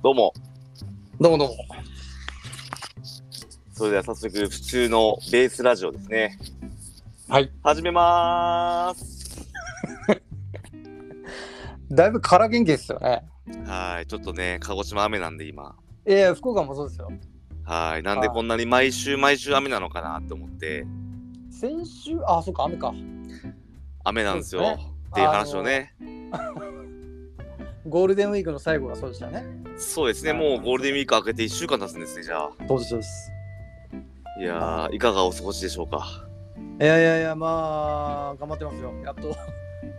どうも。どうもどうも。それでは早速、普通のベースラジオですね。はい。始めまーす。だいぶ空元気ですよね。はい。ちょっとね、鹿児島雨なんで今。いやいや、福岡もそうですよ。はい。なんではいこんなに毎週毎週雨なのかなって思って、先週、あ、そっか、雨か。雨なんですよ。そうですっていう話をね。ゴールデンウィークの最後がそうでしたね。そうですね。もうゴールデンウィーク明けて1週間経つんですね、じゃあ。そうです、そうです。いやー、いかがお過ごしでしょうか。いやいやいや、まあ、頑張ってますよ。やっと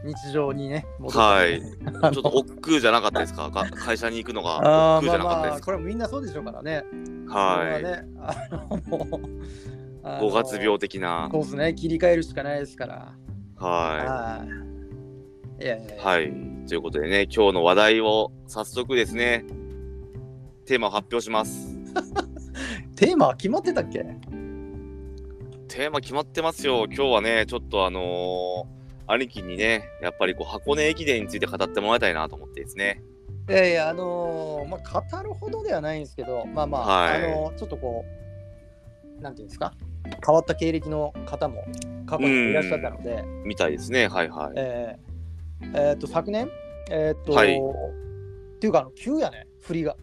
日常にね、戻ってはい。ちあょ のっと億劫じゃなかったですかか会社に行くのがあ億ー劫じまあゃなかったまであ、すこれはみんなそうでしょうからね。か。はい。これはね、あの、もう、あの 5月病的な。そうですね、切り替えるしかないですから。ははい。いやいやい。いやはい。ということでね、今日の話題を早速ですね、テーマを発表します。テーマは決まってたっけテーマ決まってますよ。今日はね、ちょっとあのー兄貴にね、やっぱりこう箱根駅伝について語ってもらいたいなと思ってですね。いやいや、あのーまあ、語るほどではないんですけど、まあまあ、はいあのーちょっとこう、なんていうんですか、変わった経歴の方も過去にいらっしゃったので、みたいですね。はいはい。えーえーっと、昨年、えーっと、はいっていうか、あの急やね、振 りが。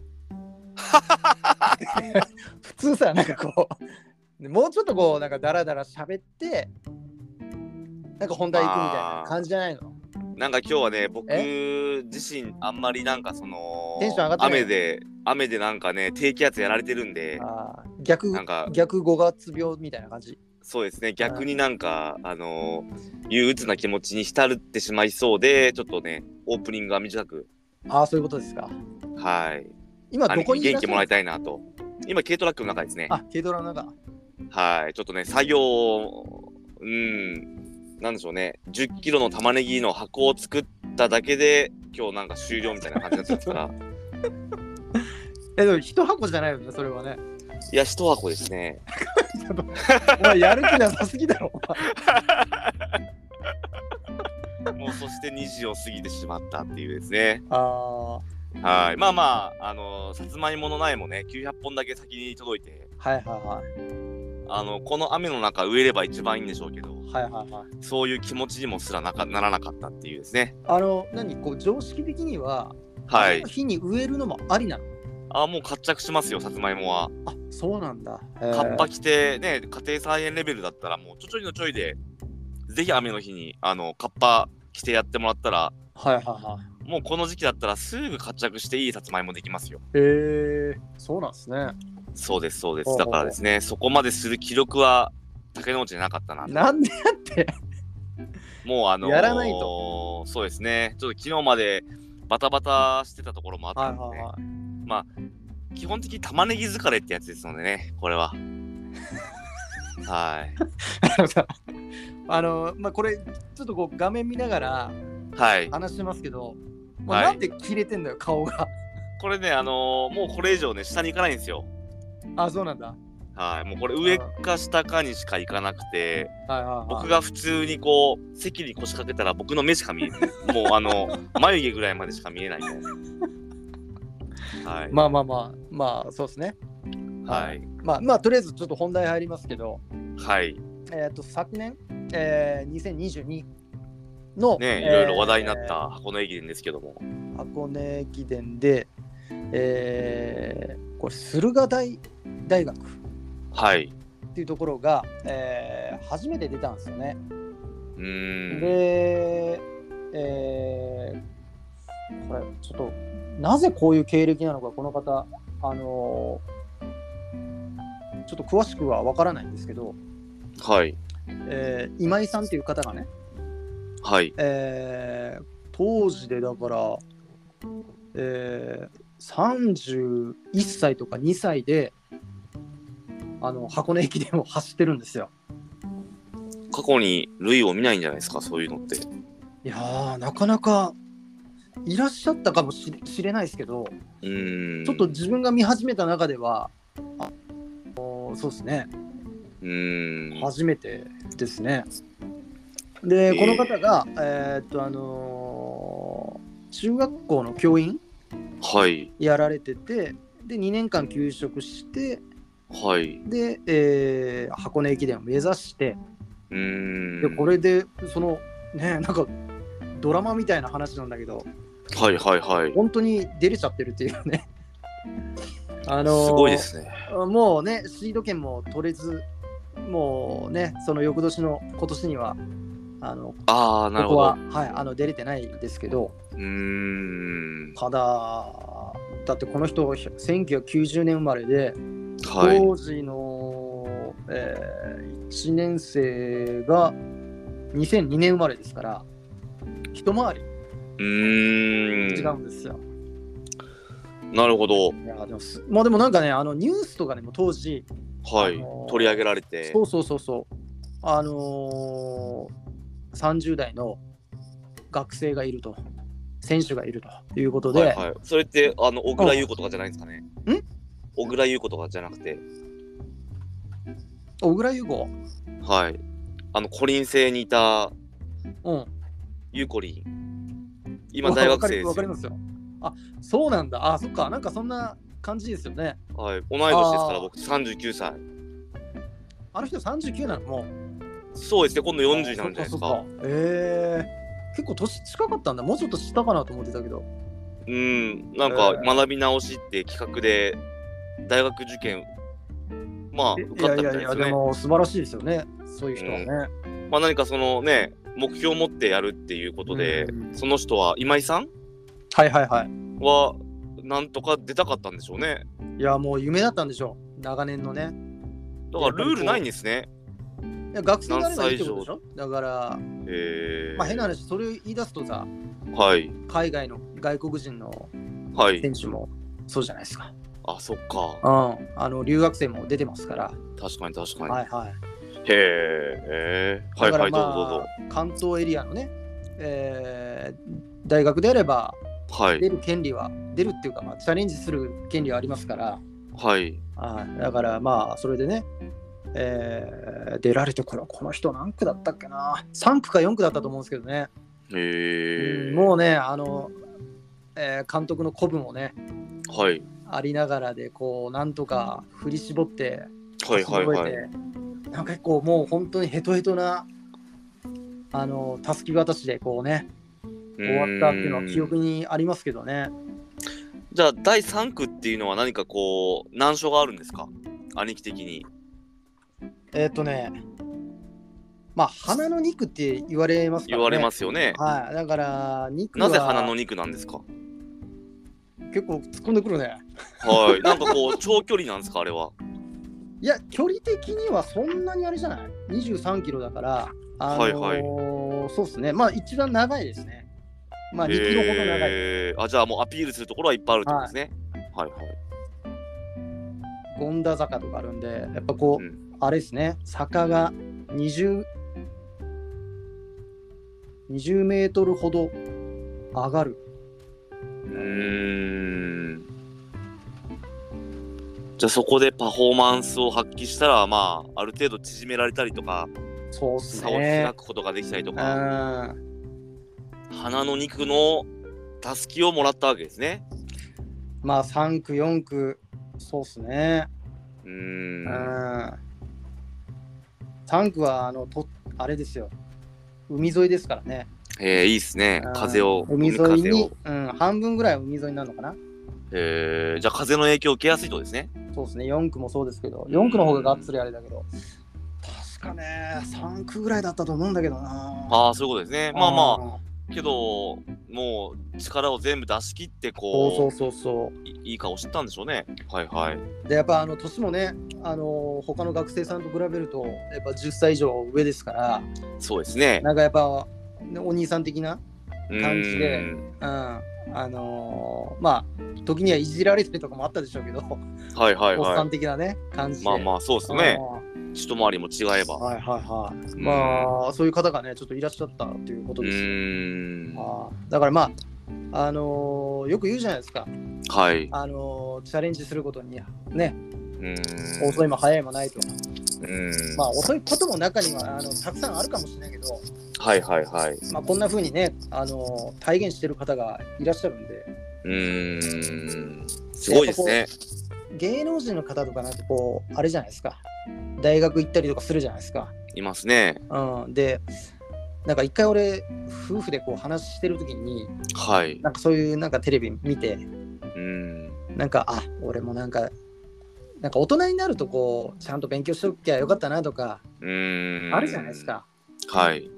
普通さ、なんかこう、もうちょっとこう、なんかダラダラ喋って、なんか本題行くみたいな感じじゃないのなんか今日はね、僕自身あんまりなんかその、テンション上がってない雨で、雨でなんかね、低気圧やられてるんで、あー逆なんか逆5月病みたいな感じ。そうですね、逆になんか、あのー憂鬱な気持ちに浸るってしまいそうで、ちょっとね、オープニングが短く、ああ、そういうことですか。はい、今ど兄こ貴ににい元気らっしゃるもらいたいなと。今、軽トラックの中ですね。あ、軽トラの中。はい、ちょっとね、作業を、うん、なんでしょうね、10キロの玉ねぎの箱を作っただけで、今日なんか終了みたいな感じになってます から、え、でも一箱じゃないよね、それはね。いや、一箱ですね。お前やる気なさすぎだ ろ。お前もうそして2時を過ぎてしまったっていうですね。あはい、まあまあ、あのさつまいもの苗もね、900本だけ先に届いて、あ、はいはいはい。あのこの雨の中植えれば一番いいんでしょうけど、はいはいはい。そういう気持ちにもすらなかならなかったっていうですね。あの、何、こう、常識的には、はあいの。日に植えるのもありなの。あもう活着しますよ、さつまいもは。あ、そうなんだ。カッッパ着て、ね、家庭菜園レベルだったら、もうちょちょいのちょいで、ぜひ雨の日に、あの、カッパ着てやってもらったら、はいはいはい。もうこの時期だったらすぐ活着していいさつまいもできますよ。えー、そうなんですね。そうです、そうでほす。だうほうほうからですね、そこまでする気力は、竹之内になかったなと。なんでやって。もうあのーやらないそうですね、ちょっと昨日までバタバタしてたところもあっはたいんで、ねはいはい。基本的に玉ねぎ疲れってやつですのでね、これ は。はい。あのさ あの、まあ、これ、ちょっとこう、画面見ながらはい。話してますけど、まはあいなんで切れてんだよ、顔が。これね、あのーもうこれ以上ね、下に行かないんですよ。あ、そうなんだ。はい。もうこれ上か下かにしか行かなくて、はいはいはい。僕が普通にこう、席に腰掛けたら僕の目しか見 えない。もうあの、眉毛ぐらいまでしか見えないみたいな。はい。まあまあまあ、まあ、そうですね。はい。まあ、まあ、とりあえずちょっと本題入りますけど、はい。えっ、と、昨年、えー、2022の、ね、えいーろいろ話題になった箱根駅伝ですけども。箱根駅伝で、えー、これ、駿河台大学っはい。ていうところが、えー、初めて出たんですよね。うーん。で、えー、これ、ちょっと、なぜこういう経歴なのか、この方、あのーちょっと詳しくは分からないんですけど、はい。えー今井さんという方がね、はい。えー当時でだから、えー31歳とか2歳であの箱根駅伝を走ってるんですよ。過去に類を見ないんじゃないですか、そういうのって。いやーなかなかいらっしゃったかもしれしれないですけど、うーん。ちょっと自分が見始めた中ではあおそうですねうーん。初めてですね。でこの方が、えーっとあのー中学校の教員はい。やられててで2年間休職してはい。で、えー箱根駅伝を目指してうーでん。これでそのねなんかドラマみたいな話なんだけどはいはいはい。本当に出れちゃってるっていうね あのーすごいですね。もうねシード権も取れずもうねその翌年の今年にはあのああ、なるこほこど。はう、はい、あの出れてないですけどーん。ただだってこの人1990年生まれではい。当時の、えー1年生が2002年生まれですから一回りう違ー。うんんですよ。なるほど。いやでもすまあでもなんかねあのニュースとかでも当時、はあいのー。取り上げられてそ。うそうそうそうあのー、30代の学生がいると選手がいるということで、はいはい。それって、あの、小倉優子とかじゃないんですかね。ん小倉優子とかじゃなくて、小倉優子、はい。あの、コリン星にいたうん、ゆこりん。今、大学生でわすかりよ。ますよ。あそうなんだあそっかなんかそんな感じですよね。はい。同い年ですかあーら、僕39歳。あの人39なのもうそうですね、今度40になるんじゃないですそっか。そっえー結構年近かったんだもうちょっと下かなと思ってたけどうん、なんかえー学び直しって企画で大学受験、まあえ受かったみたいいでやすいやでね。も素晴らしいですよねそういう人はね。まあ何かそのね、目標を持ってやるっていうことで、うんその人は今井さんはいはいはい。はなんとか出たかったんでしょうね。いやもう夢だったんでしょう長年のね。だからルールないんですね。いや学生になればいいってことでしょだから、えーまあ、変な話それを言い出すとさはい海外の外国人のはい。選手もそうじゃないですか。あそっかうん、あの留学生も出てますから。確かに確かに。はいはい。へえーはいだかはらいどうまぞどうあ関東エリアのね、えー大学であればぞ。はい出る権利は出るっていうか、まあ、チャレンジする権利はありますからはい。はいだからまあそれでね、えー出られてこれこの人何区だったっけな3区か4区だったと思うんですけどね、えうーんもうねあの、えー監督の古文をねはいありながらでこうなんとか振り絞ってはいはいは覚い。えてなんか結構もう本当にヘトヘトなあのたすき渡しでこうね終わったっていうのは記憶にありますけどねじゃあ第3区っていうのは何かこう難所があるんですか兄貴的に。えーっ、とねまあ花の肉って言われますからね言われますよね。はいだから肉はなぜ花の肉なんですか結構突っ込んでくるねはい。なんかこう長距離なんですかあれは。いや距離的にはそんなにあれじゃない23キロだからあのーはいそうですねまあ一番長いですねまあ2キロほど長いえーあじゃあもうアピールするところはいっぱいあるってことですね。はいはい。権田坂とかあるんでやっぱこう、うんあれですね坂が20 20メートルほど上がるうーん。じゃあそこでパフォーマンスを発揮したらまあある程度縮められたりとかそうっす差を開ねくことができたりとうか、ん花の肉のたすきをもらったわけですね。まあ3区4区そうっすねううーんん。 3区はあのとあれですよ海沿いですからねえー、いいっすねうん。風を、海沿い海風にを。、うん、半分ぐらいは海沿いになるのかなえー、じゃあ風の影響を受けやすいとですね。そうですね、4区もそうですけど、4区の方ががっつりあれだけど、確かね、3区ぐらいだったと思うんだけどな。ああ、そういうことですね。まあまあ。あ、けど、もう力を全部出し切って、そうそこ、うそうそういいい顔してたんでしょうね。はいはい。う。で、やっぱあの年もね、あの他の学生さんと比べると、やっぱ10歳以上上ですから、そうですね。なんかやっぱ、ねお兄さん的な、感じでうーんうん、あのーまあ、時にはいじられてるとかもあったでしょうけど、はいはいおっさはん的なね、感じい。で。まあまあ、そうですね。うん一回りも違えば。はいはいはい。まあ、そういう方がね、ちょっといらっしゃったというこうとですよねーん。あーだからまあ、あのーよく言うじゃないですか、はい。あのーチャレンジすることにね、うーん。遅いも早いもないと、うーん。まあ、遅いことも中にはあのたくさんあるかもしれないけど、はいはいはい。まあ、こんな風にね、あのー体現してる方がいらっしゃるんで、うーん。すごいですね。芸能人の方とかなんかこうあれじゃないですか大学行ったりとかするじゃないですか、いますね。うん、でなんか一回俺夫婦でこう話してる時にはい。なんかそういうなんかテレビ見てうん。なんかあ俺もなんかなんか大人になるとこうちゃんと勉強しときゃよかったなとかうーん。あるじゃないです。か、はい。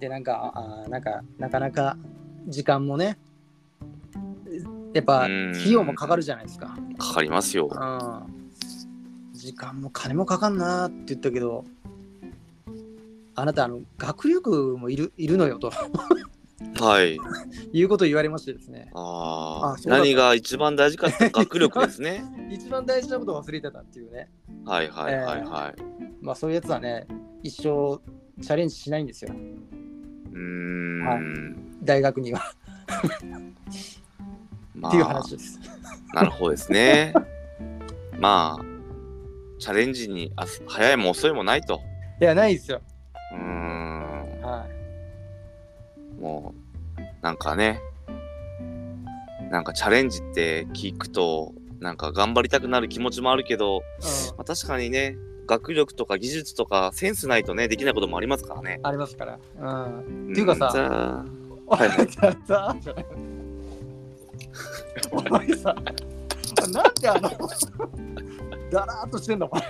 でなんかあーなんかなかなか時間もねやっぱうん費用もかかるじゃないですか、かかりますよ。うん時間も金もかかんなーって言ったけどあなたあの学力もいるいるのよと はい。いうことを言われましてですねあああそうだった何が一番大事かって学力です ね。一番大事なことを忘れてたっていうねはいはいはいはい。まあそういうやつはね一生チャレンジしないんですようーはいん。大学にはまっていう話ですあ、なるほどですね。 まあ、チャレンジにあ早いも遅いもないと。いやないですようーん。はもう、なんかね、なんかチャレンジって聞くと、なんか頑張りたくなる気持ちもあるけど、い、うんまあ、確かにね、学力とか技術とかセンスないとね、できないこともありますからね。ありますからうん っていうかさはいはいじゃあさじゃないお前さなんであのだらーっとしてんのお前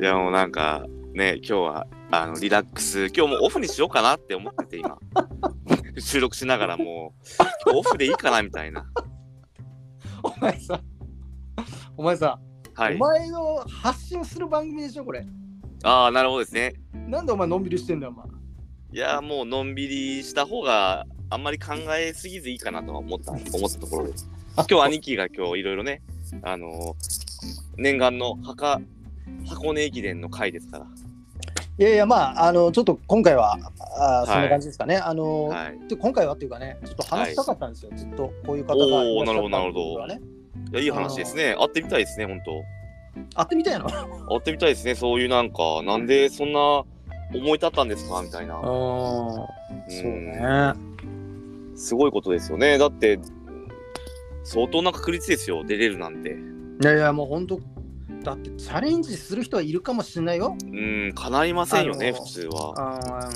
いやもうなんかね今日はあのリラックス今日もうオフにしようかなって思ってて今 収録しながらもう今日オフでいいかなみたいな お前さ、お前さ、はいお前の発信する番組でしょ、これ。ああなるほどですねなんでお前のんびりしてんだよ、お前。いやもうのんびりした方があんまり考えすぎずいいかなとは思った思ったところです今日兄貴が今日いろいろねあの念願の墓箱根駅伝の回ですからいやいや、まあ、あの、ちょっと今回は、あはいーそんな感じですかね。あの、はいで今回はっていうかね、ちょっと話したかったんですよ、ずっとこういう方がいらっしゃったっていうのはね。いやいい話ですね会ってみたいですね本当会ってみたいの。会ってみたいですねそういうなんかなんでそんな思い立ったんですかみたいな、そうね。うんすごいことですよねだって相当な確率ですよ出れるなんていやいや、もう本当、だってチャレンジする人はいるかもしれないよ。うん叶いませんよね、あのー普通はあ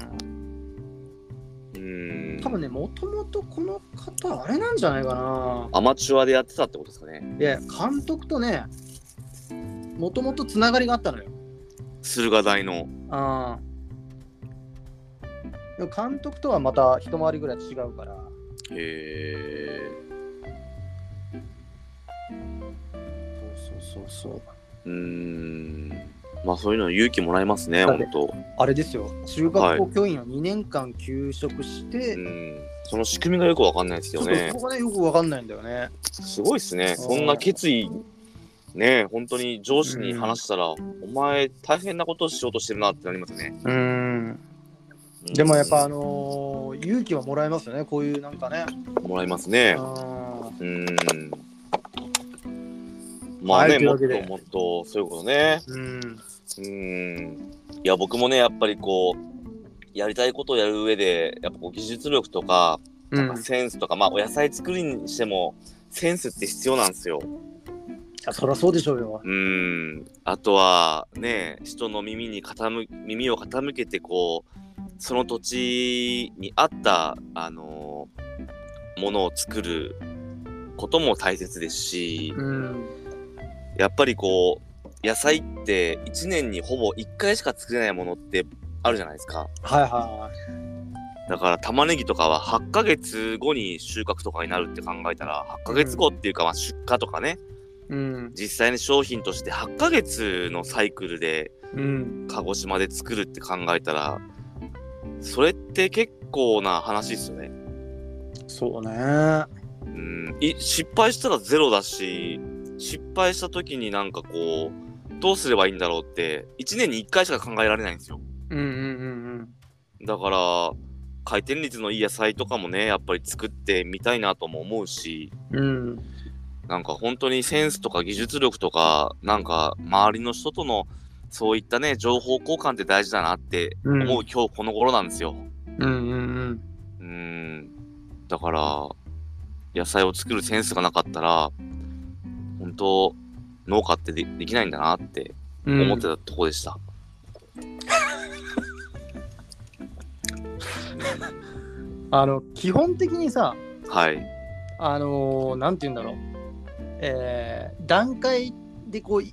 うん多分ね、もともとこの方、あれなんじゃないかな。アマチュアでやってたってことですかねで監督とねもともとつながりがあったのよ。駿河台のあでも監督とはまた一回りぐらい違うからへそうそうそうそうーうんまあそういうの勇気もらえますねだって本当あれですよ中は学い校教員を2年間休職して、うんその仕組みがよくわかんないですちよょっとねそこがねよくわかんないんだよね。すごいですね。そんな決意、ね、本当に上司に話したら、お前、大変なことをしようとしてるなってなりますね。うんでもやっぱ、あのー勇気はもらえますよねこういうなんかね。うん、もらいますね。あうん。まあはね、いというもわっとけでもっと、そういうことね。うんうん。いや、僕もね、やっぱりこう、やりたいことをやる上で、やっぱこう技術力とか、うん、センスとか、まあ、お野菜作りにしても、センスって必要なんですよ。あそりゃそうでしょうよ。うーんあとはね人の耳に傾耳を傾けてこうその土地に合ったあのものを作ることも大切ですしうんやっぱりこう野菜って1年にほぼ1回しか作れないものってあるじゃないですかはいはだから玉ねぎとかは8ヶ月後に収穫とかになるって考えたら8ヶ月後っていうかまあ出荷とかねいはい。うん実際に商品として8ヶ月のサイクルでうん鹿児島で作るって考えたらそれって結構な話ですよね。そうね。うんい失敗したらゼロだし失敗した時になんかこうどうすればいいんだろうって1年に1回しか考えられないんですよ。うんうんうんうん。だから回転率のいい野菜とかもねやっぱり作ってみたいなとも思うしうん、なんか本当にセンスとか技術力とかなんか周りの人とのそういったね情報交換って大事だなってうん、思う今日この頃なんですよ。うんうんうんうーんだから野菜を作るセンスがなかったら、本当農家ってでできないんだなって思ってたとこでした。あの基本的にさはい。あのーなんて言うんだろう、えー段階でこうい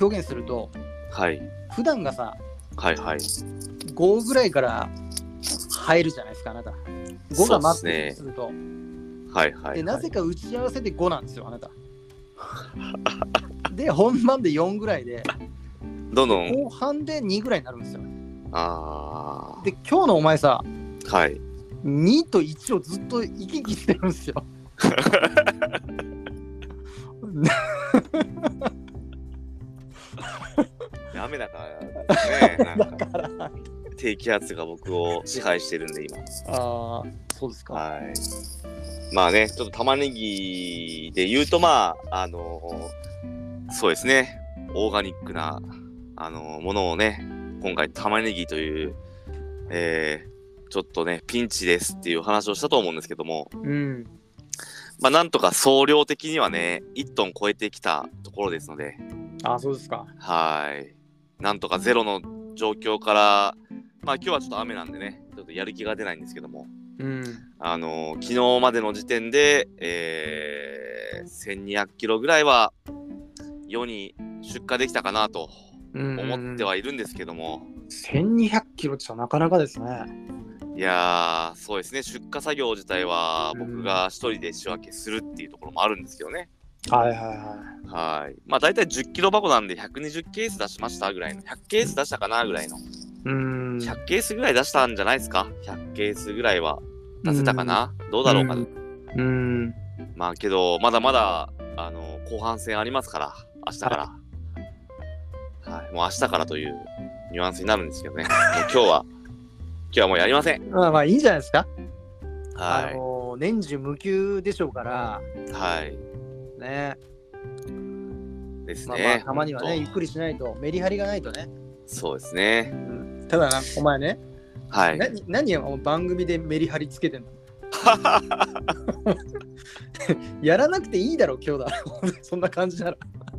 表現するとはい。普段がさはいはい。 5ぐらいから入るじゃないですかあなた5がマッそうっクスすねとするとはいはい、はい。でなぜか打ち合わせで5なんですよ あなたで本番で4ぐらいでどんどん。後半で2ぐらいになるんですよあで今日のお前さあ。はい。 2と1をずっと行き来してるんですよダメだから、ね、なんかだから低気圧が僕を支配してるんで、今。ああそうですかはい。まあね、ちょっと玉ねぎで言うと、まあ、あのそうですね、オーガニックな、あのものをね、今回玉ねぎという、えーちょっとね、ピンチですっていう話をしたと思うんですけども、うんまあ、なんとか総量的にはね、1トン超えてきたところですので、ああそうですかはい。なんとかゼロの状況から、まあ今日はちょっと雨なんでね、ちょっとやる気が出ないんですけども、うんあの昨日までの時点で、えー、1200キロぐらいは世に出荷できたかなと思ってはいるんですけども、 1200キロってなかなかですね。いやーそうですね出荷作業自体はうん僕が一人で仕分けするっていうところもあるんですけどね、はいはいははいまあ大体10キロ箱なんで120ケース出しましたぐらいの100ケース出したかなぐらいのい。うん100ケースぐらい出したんじゃないですか100ケースぐらいは出せたかなどうだろうかうんうん。まあけど、まだまだ、あの、後半戦ありますから、明日から。はい、もう明日からというニュアンスになるんですけど ね。もう今日は、今日はもうやりません。まあまあいいんじゃないですか。はあの年中無休でしょうから、い。はい。ね。ですまあまあね。たまにはね、ゆっ本くりしないと、メリハリがないとね。当。そうですね。ただな、お前ね、はい。な何を番組でメリハリつ けてんのやらなくていいだろ、 今日だ。そんな感じなら。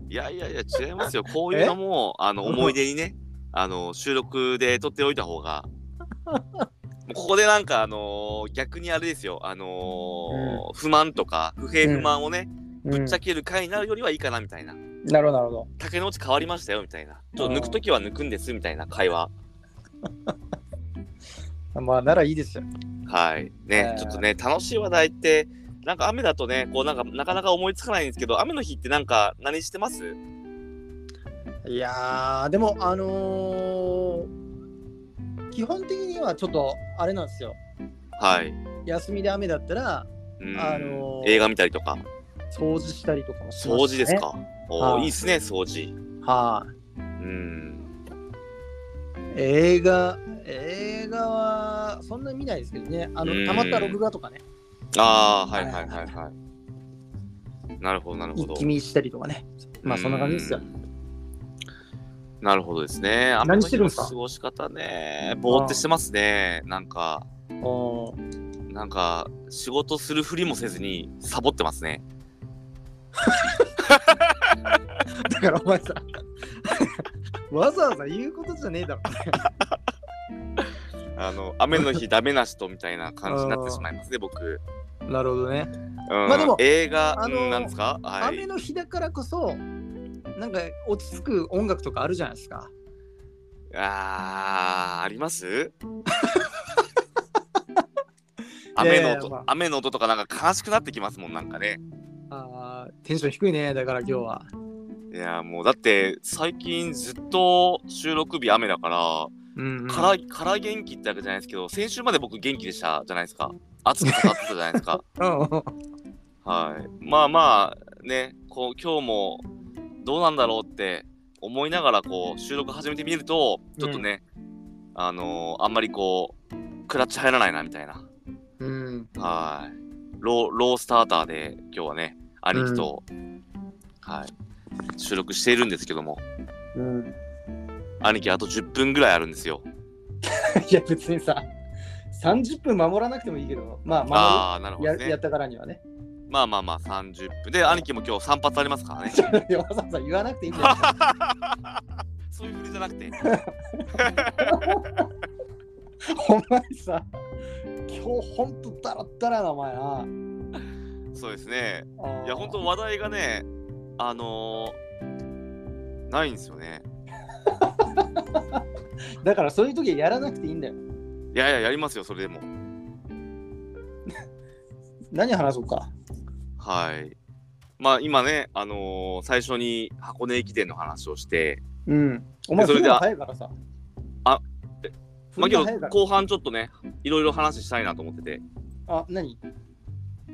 いやいやいや、違いますよ。こういうの も、あの、思い出にね、あの、収録で撮っておいた方が。もうここでなんか、あの逆にあれですよ、あの不満とか、不平不満をね、ぶっちゃける回になるよりはいいかな、みたいな。うんなるほど、なるほ竹の内変わりましたよみたいな。ちょっとうん抜くときは抜くんですみたいな会話。ど。まあならいいですよ。はい。ね、えーちょっとね、楽しい話題って、なんか雨だとね、こうなんかなかなか思いつかないんですけど、雨の日ってなんか何してますいやーでもあのー基本的にはちょっとあれなんですよはい。休みで雨だったらうんあのー映画見たりとか。掃除したりとかもしま掃除ですねか。おはーいいいですね、掃除。はいうん。映画映画はそんなに見ないですけどねあうんのたまった録画とかねああ、はいはいはいはい。なるほど、なるほ一ど。気見したりとかねまあそんな感じですようんなるほどですね。雨の何してるんですか日の過ごし方ね。ぼーってしてますね。なんか。おーなんか仕事するふりもせずにサボってますね。だからお前さ わざわざ言うことじゃねえだろあ の雨の日ダメな人みたいな感じになってしまいますね、僕。なるほどねうん、まあでも映画、あのーうんなんですか、は雨い、の日だからこそなんか落ち着く音楽とかあるじゃないですかあーあります 雨の音、まあ雨の音とかなんか悲しくなってきますもんなんかね。あーテンション低いねだから今日はいやもうだって最近ずっと収録日雨だから、うんうんからから元気ってわけじゃないですけど先週まで僕元気でしたじゃないですか暑くて暑ってたじゃないですか。うんうんはい、まあまあねこう今日もどうなんだろうって思いながらこう収録始めてみるとちょっとね、あのーあんまりこうクラッチ入らないなみたいなうんはいローロースターターで今日はね兄貴と、はい、収録しているんですけどもうん、 兄貴あと10分ぐらいあるんですよいや別にさ30分守らなくてもいいけどまあ守ああーなるほどるねややったからにはね まあまあまあ30分。で、兄貴も今日散髪ありますからね。いやわざわざ言わなくていいん だよ。そういうふりじゃなくて。お前さ、今日ほんとだらったらな、お前な。そうですね。あーいや、本当話題がね、あのーないんですよね。だからそういう時はやらなくていいんだよ。いやいや、やりますよ、それでも。何話そうか。はい。まあ今ね、あのー最初に箱根駅伝の話をして、うん。お前、それそれでが早いからさ。あえまあ振り今が早い日から。後半ちょっとね、いろいろ話したいなと思ってて、あ、何い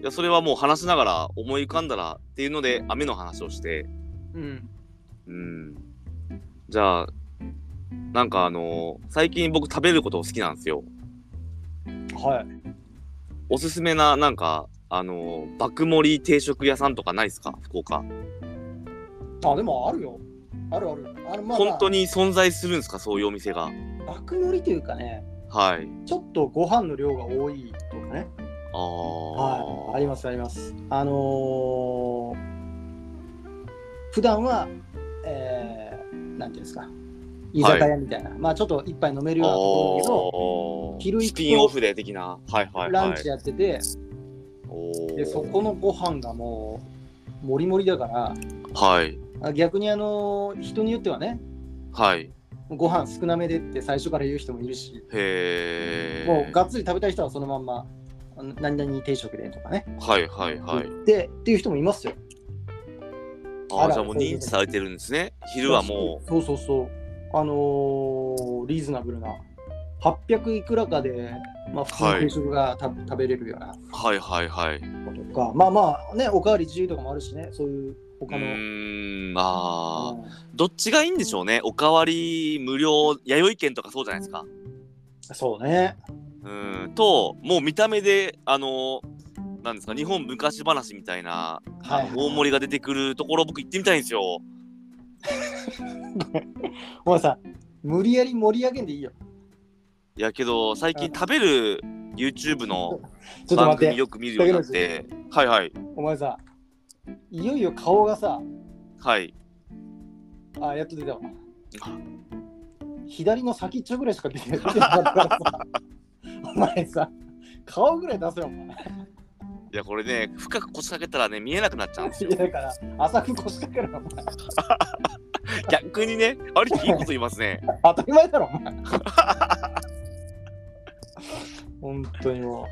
やそれはもう話しながら思い浮かんだらっていうので、雨の話をして、うん。うん。じゃあ、なんかあのー最近僕食べること好きなんですよ。はい。おすすめな、なんか、あのー爆盛り定食屋さんとかないですか福岡。あ、でもあるよ。あるある。あのまあ、まあ、本当に存在するんですかそういうお店が。爆盛りというかね、はい。ちょっとご飯の量が多いとかね。ああ。はい。ありますあります。あのー、普段は、えー、なんていうんですか。居酒屋みたいな。まあちょっと一杯飲めるようなところだけど、お昼行くスとピンオフで的な。はいはいはい。ランチやってて、おーでそこのご飯がもうもりもりだからはいあ逆にあの人によってはねはい。へご飯少なめでって最初から言う人もいるし、え。もうがっつり食べたい人はそのまんまあの何々定食でとかね、はいはいはい。言ってっていう人もいますよあああ、らじゃあもう認知されてるんですね。昼はもそうそうそうあのーリーズナブルな800いくらかで、まあ、普通の定食がた、食べれるようなう。はいはいはい。うこととかまあまあねおかわり自由とかもあるしねそういう他の、ーん、ああ。うんどっちがいいんでしょうね。おかわり無料、弥生券とかそうじゃないですか。そうねうん。と、もう見た目で、あのなんですか日本昔話みたいなはい大盛りが出てくるところ僕行ってみたいんですよ。お前さ無理やり盛り上げんでいいよいやけど最近食べる YouTube のちょっと番待っ組て、よく見るようになってはいはいお前さ、いよいよ顔がさ、はいあ、やっと出たわあ。左の先っちょぐらいしか 出て出てなかったからさ、お前さ、顔ぐらい出せよ、お前。いやこれね深く腰掛けたらね見えなくなっちゃうんですよいやだから、浅く腰掛けるな、お前。逆にねあれいいこと言いますね当たり前だろ、お前。本当にも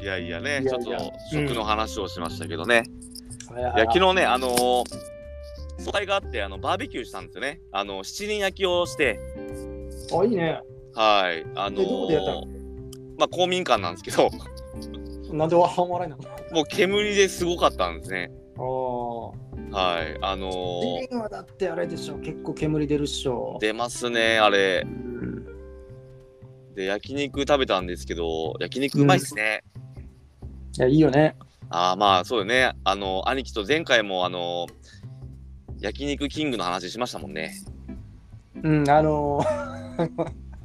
いやいやねいやいちやょっと食の話をしましたけどね、う。いやいや昨日ねあのー素材があってあのバーベキューしたんですよねあの七輪焼きをしてあ、いいね。はいあのえどこでやったのーまあ公民館なんですけど なんで半笑いなのもう煙ですごかったんですねあはいあのあ。ーリビングはだってあれでしょ、結構煙出るっしょ。出ますねあれうんで焼肉食べたんですけど焼肉うまいっすね、いや、いいよね。ああまあそうよねあの兄貴と前回もあの焼肉キングの話しましたもんねうん、あのー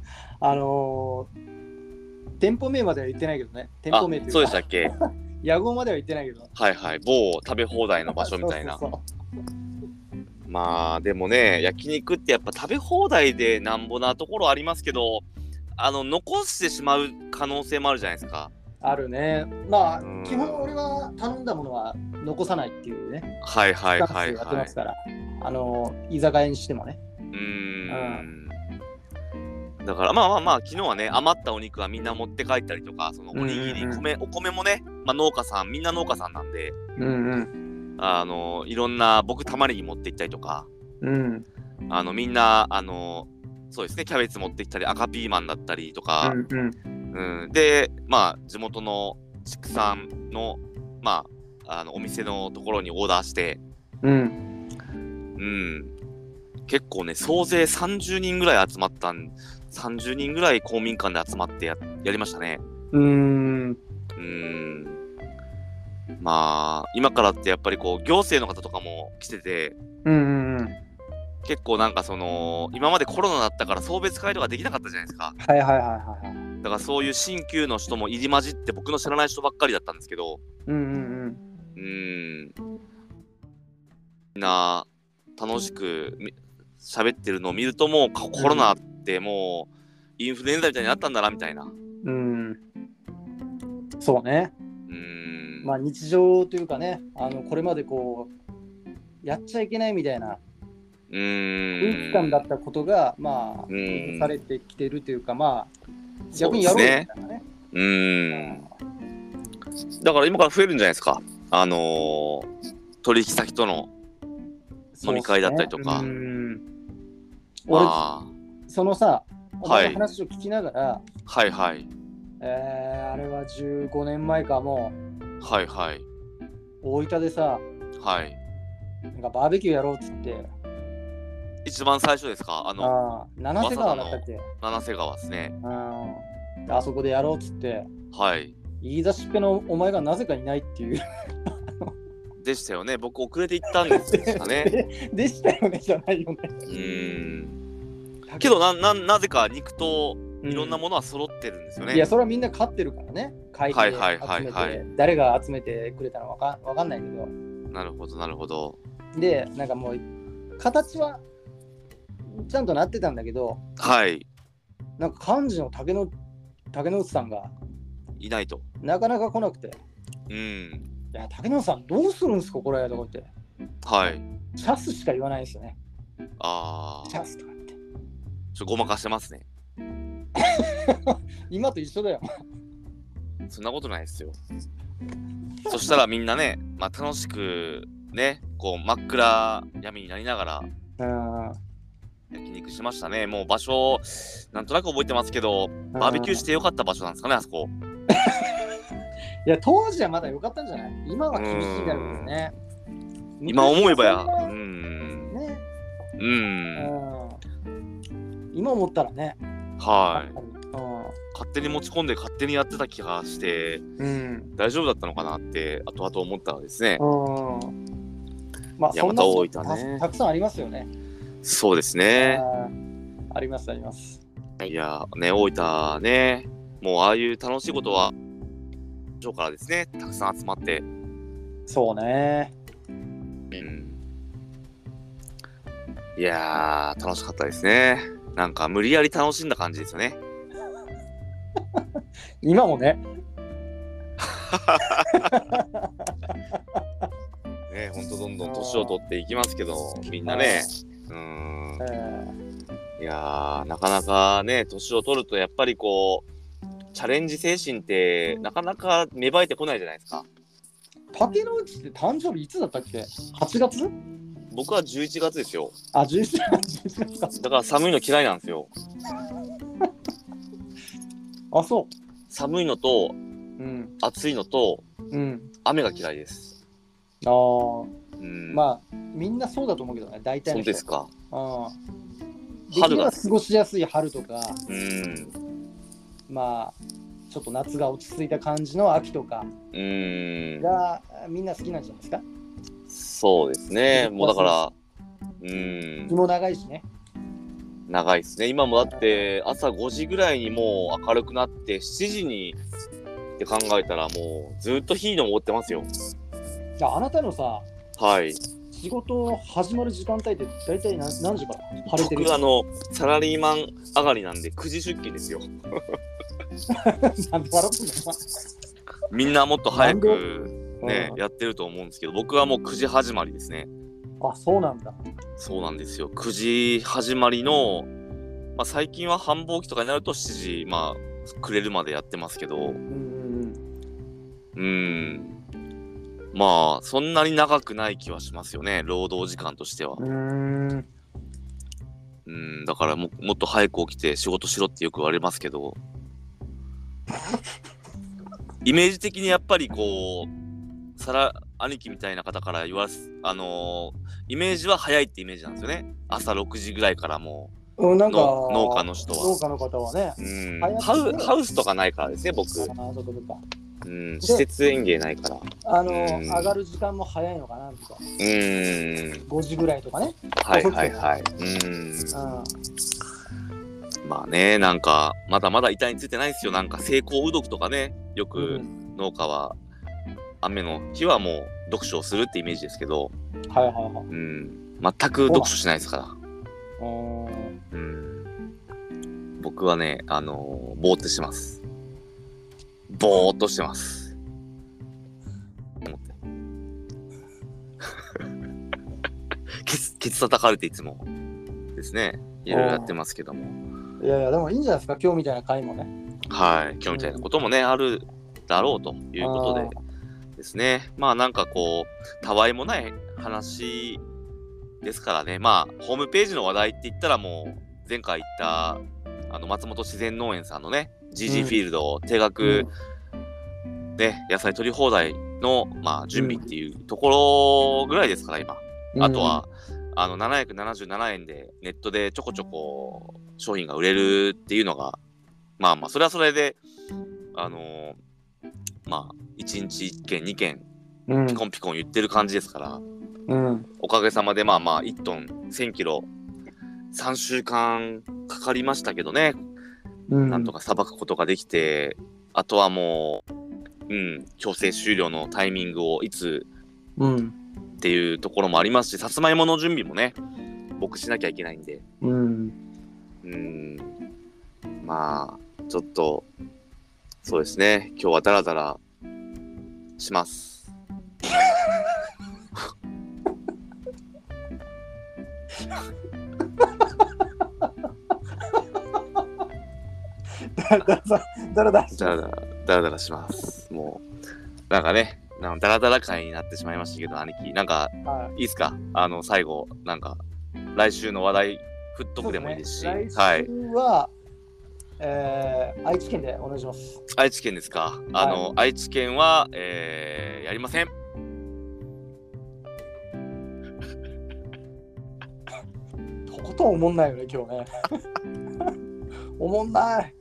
あのー店舗名までは言ってないけどね、店あ舗名というか、そうでしたっけ屋号までは言ってないけど、はいはい某食べ放題の場所みたいなそうそうまあでもね焼肉ってやっぱ食べ放題でなんぼなところありますけどあの残してしまう可能性もあるじゃないですかそうあるね。まあうん、基本俺は頼んだものは残さないっていうね、はいはいスタはンスいでやってはまいすから、あのー居酒屋にしてもね。うーんだからまあまあまあ昨日はね余ったお肉はみんな持って帰ったりとかそのおにぎり、うんうんうん米お米もね、まあ、農家さんみんな農家さんなんでうんうん。あのいろんな僕たまりに持って行ったりとかうんあのみんなあのそうですねキャベツ持ってきたり赤ピーマンだったりとか、うんうんでまあ地元の畜産のまああのお店のところにオーダーして、うんうん、結構ね総勢30人ぐらい集まったん30人ぐらい公民館で集まってややりましたね。うんうんうんまあ今からってやっぱりこう行政の方とかも来てて、うんうん結構なんかその今までコロナだったから送別会とかできなかったじゃないですかはいはいはいはいはいだからそういう新旧の人も入り混じって僕の知らない人ばっかりだったんですけどうんうんうん。みんな楽しくみ喋ってるのを見るともうココロナってもうインフルエンザみたいになったんだなみたいな。ううん。そうね。ん。まあ日常というかね、あのこれまでこう、やっちゃいけないみたいなう空ん。気感だったことが、まあ、うんされてきてるというか、まあ、そう逆でにやすろうみたねいなね。うん。だから今から増えるんじゃないですか。あのー取引先との。そうっすね飲み会だったりとかうん俺、あそのさ、お前のはい話を聞きながら、あ。はいはい。えーあれは15年前かもはいはい。う大分でさはい。なんかバーベキューやろうっつって一番最初ですかあの、あー七瀬川だったっけ七瀬川ですね。うんであそこでやろうっつってはい。言い出しっぺのお前がなぜかいないっていうでしたよね。僕遅れて行ったんですか ね。でしたよねじゃないよねうん。けどな、な、なぜか肉とういろんなものは揃ってるんですよね。いやそれはみんな勝ってるからね会費で集めて、はいはいはいはい誰が集めてくれたのわかわかんないけどなるほど、なるほど。でなんかもう形はちゃんとなってたんだけどはい。なんか幹事の竹野竹野内さんがいないと。なかなか来なくてうん。いや、竹野さん、どうするんですか、これ、とか言って。はい。チャスしか言わないですよね。ああ。チちょャスとか言って。っとごまかしてますね。今と一緒だよ。そんなことないですよ。そしたらみんなね、まあ、楽しくね、こう真っ暗闇になりながらうん。焼肉しましたね。もう場所、なんとなく覚えてますけど、バーベキューしてよかった場所なんですかね、あそこ。いや、当時はまだ良かったんじゃない今は厳しいだろうですね。今思えばや、う昔ん。はね、う。うんん。今思ったらね。はい。い。勝手に持ち込んで勝手にやってた気がして、うん。大丈夫だったのかなって、後々思ったらですね。うん。まあ、いやそまんな人た大分ねたたくさんありますよね。そうですね。うんあります、あります。いやーね、大分ね、もうああいう楽しいことは、上からですね、たくさん集まって、そうね。うん。いやー、楽しかったですね。なんか無理やり楽しんだ感じですよね。今もね。ね、ほんとどんどん年を取っていきますけど、みんなね、うんう。ん。いやー、なかなかね、年を取るとやっぱりこう、チャレンジ精神ってなかなか芽生えてこないじゃないですか。竹野内って誕生日いつだったっけ ?8 月僕は11月ですよ。あ、11月 ,11 月か。だから寒いの嫌いなんですよ。あ、そ寒いのとう。うん。暑いのとうん。雨が嫌いです。ああ、うん、あ、まあ、みんなそうだと思うけどね、大体そのう人。ですか。うん。でき春れがば過ごしやすい春とか、うん。まあ、ちょっと夏が落ち着いた感じの秋とかうん。が、みんな好きなんじゃないですか。そうですね。もうだから、うん日。も長いしね。長いですね。今もだって朝5時ぐらいにもう明るくなって7時にって考えたらもうずっと日の追ってますよ。じゃあ、あなたのさ、はい。仕事始まる時間帯って大体何何時から晴れて る僕あの、サラリーマン上がりなんで9時出勤ですよ。なんで笑ってんのみんなもっと早なくお前ね、やってると思うんですけど、僕はもう9時始まりですね。うんあ、そうなんだ。そうなんですよ。9時始まりの、まあ、最近は繁忙期とかになると7時、まあ、くれるまでやってますけど、うんうんうん。うん。まあ、そんなに長くない気はしますよね、労働時間としてはう。ーんうん、だからも、もっと早く起きて仕事しろってよく言われますけ ど、イメージ的にやっぱりこう、サラ兄貴みたいな方から言わす、あのーイメージは早いってイメージなんですよね。朝6時ぐらいからもうん、なんか農農家の人は農家の方はね、う。うん早くハウハウスとかないからですね、僕。あーそうかそうかうん、施設園芸ないから。あのうん上がる時間も早いのかなとか、うん。 5時ぐらいとかね。はいはいはい。うん。うまあね、なんか、まだまだ板についてないですよ。なんか、成功うどくとかね、よんうくん農家は、雨の日はもう読書をするってイメージですけど、はいはいはい。うん、全く読書しないですかうーんら。うん、僕はね、あのー、ぼーってしてます。ぼーっとしてます。思って。 ケツ、ケツ叩かれていつもですね。いろいろやってますけども。いやいや、でもいいんじゃないですか、今日みたいな回もね。はい、今日みたいなこともね、あるだろうということあでですね、まあなんかこう、たわいもない話ですからね、まあ、ホームページの話題って言ったら、もう前回言ったあの松本自然農園さんのね、GG フィールド、定額、で野菜取り放題の、まあ、準備っていうところぐらいですから、今。あとは、あの777円でネットでちょこちょこ商品が売れるっていうのが、まあまあ、それはそれで、あのーまあ、1日1件、2件、うん、ピコンピコン言ってる感じですから、うん、うん、おかげさまで、まあまあ、1トン、1000キロ、3週間かかりましたけどね、うん、なんとか。かさばくことができて、あとはもう、うん、強制終了のタイミングをいつうん、っていうところもありますし、さつまいもの準備もね、僕しなきゃいけないんで、うん、 うーん、まあ、ちょっと、そうですね、今日はダラダラします。だらだら、だらだらダラダラ、ダラダラします。もう、なんかね、なんダラダラ会になってしまいましたけど、兄貴、なんか、はいいいっすかあの、最後、なんか、来週の話題、振っとくでもいいですし、そうね来週は。はいえー愛知県でお願いします。愛知県ですか。あの、愛知県は、えー、やりません。とことんおもんないよね、今日ね。 おもんない。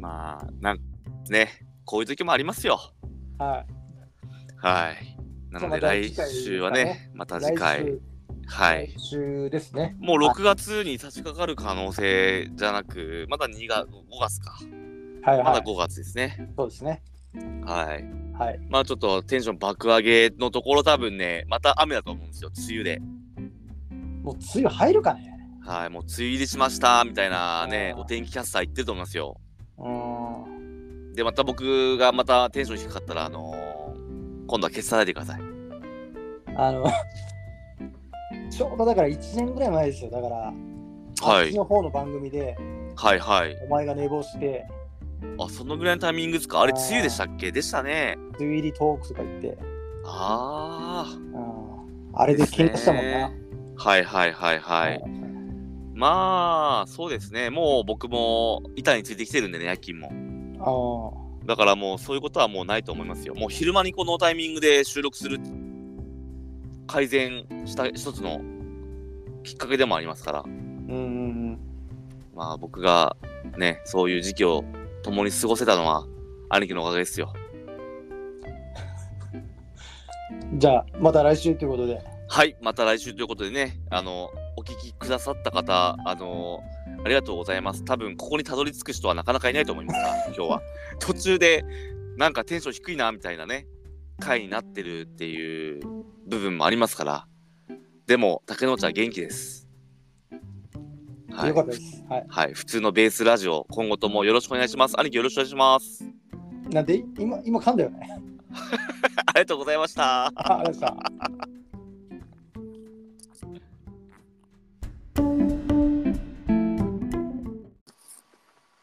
まあ、なんね、こういう時もありますよ。ははい。なのでじゃあまた来週はね、またい。次来回。週はい。来週ですね。もう6月に差し掛かる可能性じゃなく、まだ2月、5月か。はいまはだい。 5月ですね。そうですね。はい。はい。まあちょっとテンション爆上げのところ多分ね、また雨だと思うんですよ、梅雨で。もう梅雨入るかね。はい、もう梅雨入りしました、みたいなね、あーお天気キャスター言ってると思いますよ。うーん。で、また僕がまたテンション低かったら、あのー今度は消さないでください。あの、 ちょうどだから1年ぐらい前ですよ。だから、はあっちい。の方の番組で、はいはい。お前が寝坊して、あ、そのぐらいのタイミングですかあれ、梅雨でしたっけでしたね。梅雨入りトークとか言って、ああ。うん、あれで喧嘩したもんな。はいはいはいはい。まあ、そうですね。もう僕も板についてきてるんでね、夜勤も。あだからもうそういうことはもうないと思いますよ。もう昼間にこのタイミングで収録する改善した一つのきっかけでもありますから。ーうんまあ僕がね、そういう時期を共に過ごせたのは兄貴のおかげですよ。うん。じゃあ、また来週ということで。はい、また来週ということでね、あの、お聞きくださった方、あの、ありがとうございます。多分ここにたどり着く人はなかなかいないと思います が、今日は。途中で、なんかテンション低いな、みたいなね、回になってるっていう部分もありますから、でも、竹之内は元気です。はいよかったです。はい。はい、普通のベースラジオ、今後ともよろしくお願いします。兄貴よろしくお願いします。なんで、今、今噛んだよね。ありがとうございました。あ、ありがとうございました。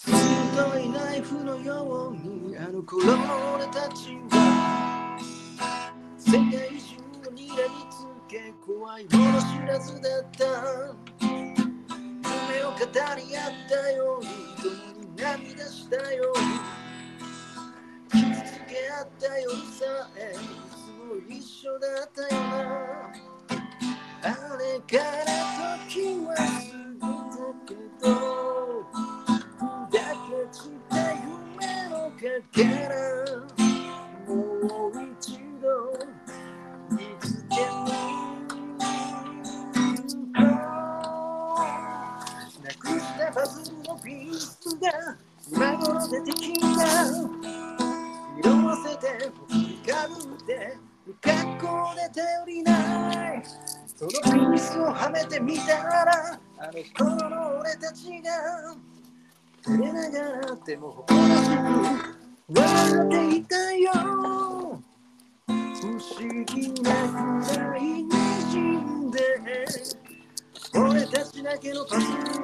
鋭いナイフのようにあの頃の俺たちは世界中を睨みつけ怖いもの知らずだった夢を語り合ったように共に涙したように傷つけ合った夜さえいつも一緒だったよなあれから時は過ぎたけどだけつた夢のかけらもう一度見つけになくしたはずのピースが今頃出てきた色あせて光るって無格好で頼りないそのミスをはめてみたらあの頃の俺たちが照れながらでも誇らしく笑っていたよ不思議なくらい滲んで俺たちだけのパズル